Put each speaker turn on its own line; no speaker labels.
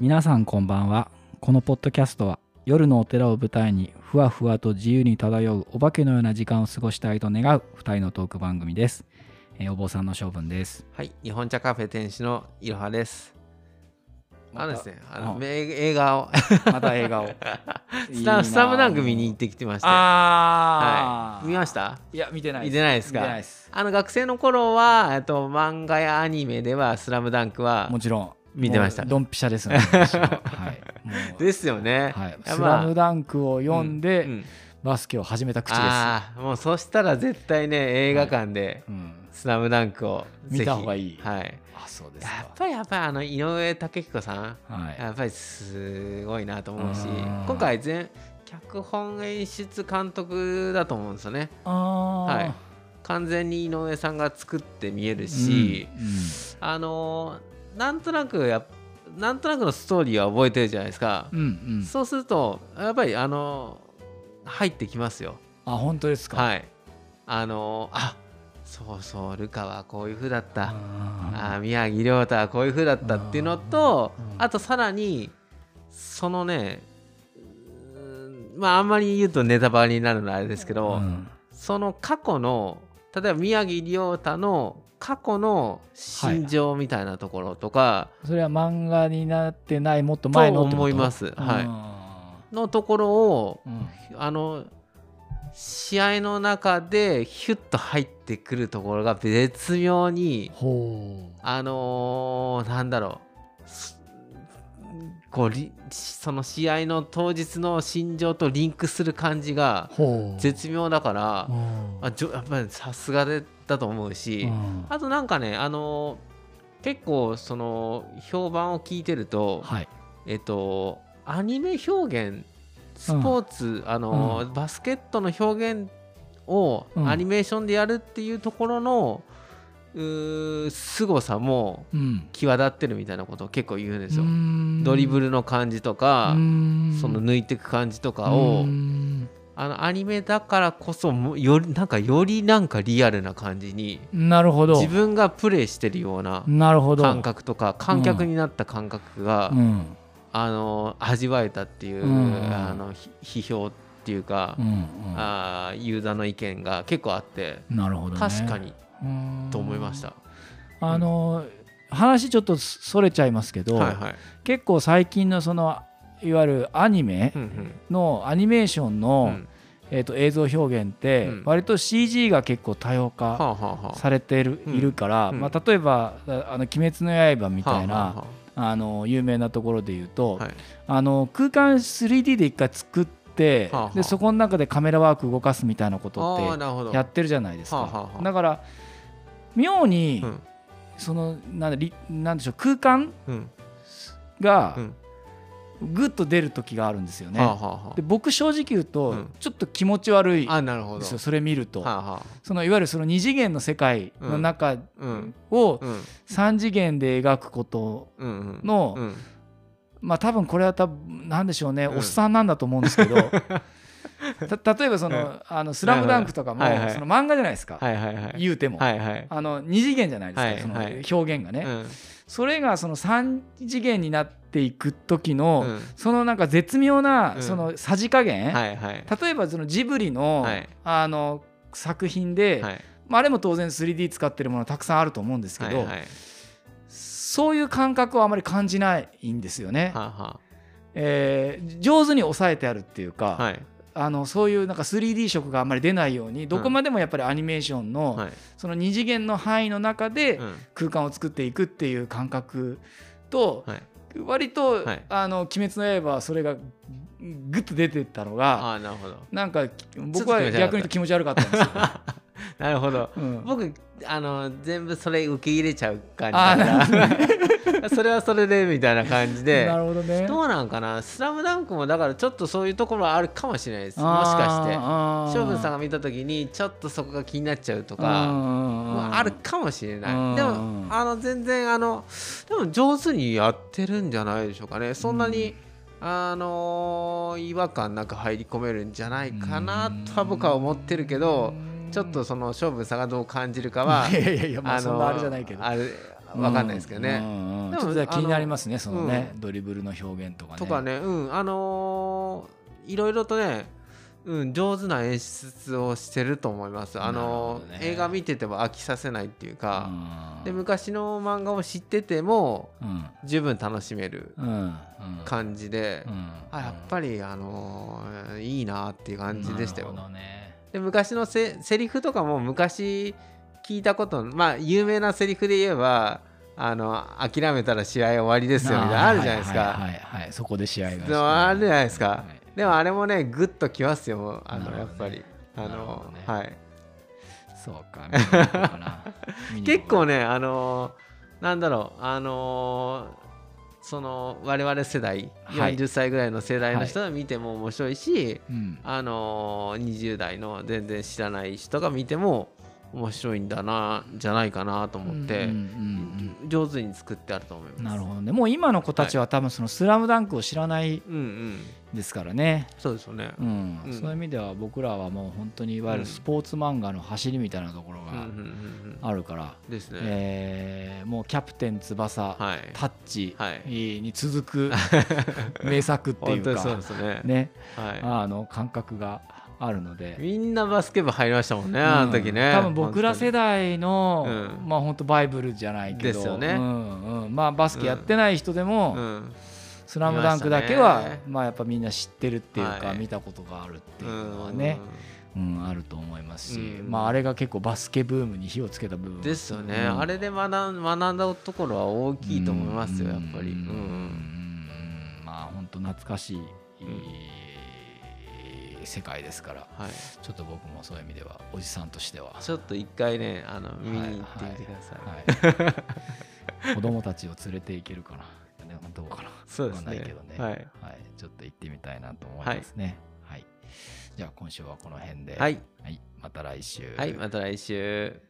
皆さんこんばんはこのポッドキャストは夜のお寺を舞台にふわふわと自由に漂うお化けのような時間を過ごしたいと願う2人のトーク番組です、えーお坊さんの性分です
はい、日本茶カフェ店主のいろはです。あのですね、あの、
うん
め映 画を、
また映画を
スタスタムダンク見に行ってきてました。
あ
は
ー
い、見ました
いや見てない
見てないで
見
す
てない
か
です
あの学生の頃は、えっと、漫画やアニメでは、スラムダンクは
もちろん
見てました
もうドンピシャですね私もはいもう
ですよね。
はい
や
ス
まあ
ラムダンクを読んで、
うんうん
バスケを始めた口です、
ああ、もうそしたら絶対ね、映画館で、
うん、
スラムダンクをぜひ
見た方がいい
はい。
あそうです
やっ
か
ぱりやっぱりあの井上武彦さん
はい
やっぱりすごいなと思うし
うん
今回全脚本演出監督だと思うんですよね
ああ
はい完全に井上さんが作って見えるし、
うんうん
あのーなんとなくやっなんとなくのストーリーは覚えてるじゃないですか、
うんうん、
そうするとやっぱりあのー入ってきますよ
あ本当ですか、い、
はいあのーあそうそうルカはこういう風だった、あー宮城亮太はこういう風だったっていうのと
うんうん
あとさらにそのねうーんまああんまり言うとネタバレになるのはあれですけど、
うん
その過去の例えば宮城亮太の過去の心情みたいなところとか
それは漫画になってないもっと
と
前のってこと
思います、は、
はい
のところを
い、うん
あの試合の中でヒュッと入ってくるところが絶妙に
ほう
あのーなんだろうすこうりその試合の当日の心情とリンクする感じが
ほう
絶妙だから
うん
あじょやっぱりさすがでだと思うし
うん
あとなんかねあのー結構その評判を聞いてると
はい
えっとアニメ表現スポーツ、あのーバスケットの表現を
うん
アニメーションでやるっていうところの、うー凄さも
うん
際立ってるみたいなことを結構言うんですよ。ド
ド
リブ
ル
ルの感じとか、その抜いていく感じとかを、あのアニメだからこそもよりなんかよりなんかリアルな感じに
なるほど
自分がプレイしてるような
なるほど
感覚とか観客になった感覚が、
うん
あの味わえたっていう、
うん
あのひ批評っていうか、
うんうん
あーユーザーの意見が結構あって、
なるほど、ね、
確かに
うん
と思いました。
あの話ちょっとそれちゃいますけど、
はいはい。
結構最近のそのいわゆるアニメ
うん
のアニメーション
うん。
の
う、ん
えー、と映像表現って、
うん
割と CG が結構多様
はあ
化
はあはあ。
されている,、
うん
いるから、
うん
まあ、例えば「ああの鬼滅の刃」みたいな、
はあは
あの有名なところで言う
あ
と、
はあはい。
あの空間 3D で一回作って、
はあはあ
でそこの中でカメラワーク動かすみたいなことって
ああなるほど。
やってるじゃないですか、
はあはあはあ
だから妙に、
うん
そのなんだりなんでしょう空間
うん
が
うん
ぐっと出る時があるんですよね、
はあはあは
で僕正直言うと、
うん
ちょっと気持ち悪い
あ。あなるほ
で
ど。
すよそれ見ると、
はあはあ。
そのいわゆるその2次元の世界の中
うん
を
うん
3次元で描くこと
うんうん。
の、
うん
まあ多分これは多分なんでしょうね、
うん
おっさんなんだと思うんです けどた例えばその「あのスラムダンクとかも、
なるほどはいはい
その漫画じゃないですか、
はいはいはい。
言うても、
はいはい。
あの2次元じゃないですか、
はい
その
はい
表現がね、
うん
それがその3次元になっていく時の、
うん
そのなんか絶妙
う
なんそのさじ加減、
はいはい。
例えばそのジブリの,、
はい
あの作品で、
はい
まあ、あれも当然 3D 使ってるものたくさんあると思うんですけ
は
ど、
いはい。
そういう感覚をあまり感じないんですよね、
はあは
えー上手に抑えてあるっていうか、
あ。はい
あのそういうなんか 3D 色があんまり出ないようにどこまでもやっぱりアニメーションの、
はい。
その2次元の範囲の中で
うん
空間を作っていくっていう感覚と、
はい。
割と、
はい
あの「鬼滅の刃」はそれがグッと出てったのが
ああなるほど。
なんか僕は
ちょっと気持ち悪かった
逆に言うと気持ち悪かったんですよ。
なるほど。
うん
僕あの全部それ受け入れちゃう感じ
あーなる
だ
ほどね
から。 それはそれでみたいな感じで
な。るほどね。
どうなんかな。スラムダンクもだからちょっとそういうところはあるかもしれないです。もしかして。
勝
勝負さんが見た時にちょっとそこが気になっちゃうとか。
が
まあ、あるかもしれな
うん
いでもあの全然あのでも上手にやってるんじゃないでしょうかねそんなに、あのー違和感なく入り込めるんじゃないかなとは僕は思ってるけどちょっとその勝負さがどう感じるかは
いやいやいやまあ
のー
そんなあれじゃないけど。
あれわかんないですけどね。
うんうん
でも
ちょっと気になりますねそのね、
う
ドリブルの表現とかね
とかね、うん、あのーいろいろとね、うん、上手な演出をしてると思います。あのー
なるほどね
映画見てても飽きさせないっていうか、
うん
で昔の漫画を知ってても
うん
十分楽しめる
うんうん
感じで、
うん
あやっぱり、あのーいいなっていう感じでしたよ。
なるほどね
で昔のせセリフとかも昔聞いたことのまあ有名なセリフで言えばあの諦めたら試合終わりですよみたいなのあるじゃないですか、
はいはいはいはいそこで試合が
でもあるじゃないですか、
はい
でもあれもねグッときますよあの、
なる
や
ほ
っ
ど
ぱ
ね
りあ
なるほ
の
どね、
はい
そうか見に行こうか な見に行
結
こう
構ねあのーなんだろうあのーその我々世代、
はい
40歳ぐらいの世代の人が見ても面白いし、
うん
あのー20代の全然知らない人が見ても面白いんだなじゃないかなと思って、
うんうんうん
上手に作ってあると思いま
う
す。
んなるほどねもう今の子たちは多分その「スラムダンクを知らない
うんうん、
ですからね、
そうですよね。
うん
うん
そういう意味では僕らはもう本当にいわゆるスポーツ漫画の走りみたいなところ
うんうんう
が
ん
あるから、
うん、ですね。
えーもう「キャプテン翼」
はい。
タッチ」
はい
に 続く名作ってい
本当
う
にそうで
か、
すね。
ね、
は
あの感覚があるので
い。。みんなバスケ部入りましたもんね、あの時ね。
うん多分僕ら世代の、
うん
まあ本当バイブルじゃないけど
ですよね
うんうん、まあバスケやってない人でも「
本
スラムダンクだけは
見ましたね
まあやっぱみんな知ってるっていうか、
はい
見たことがあるってい
当に。
う
うん。
の
う
は
ん
ね、うんあると思いますし、
うん
まああれが結構バスケブームに火をつけた部分
ですよね、
うん
あれで学ん学んだところは大きいと思いますよ、やっ
うんん
ぱり。う
うんうんまあ本当懐かしい、世界ですから
はい、
ちょっと僕もそういう意味ではおじさんとしては
ちょっと一回ね、あの見に行ってみてください。
はい、子供たちを連れて行けるかな。ね、どうかな。
そうです
わかん
ね
ないけどね。
はい
ちょっと行ってみたいなと思いますね。はい。じゃあ今週はこの辺で。
はい。
はいまた来週。
はい、また来週。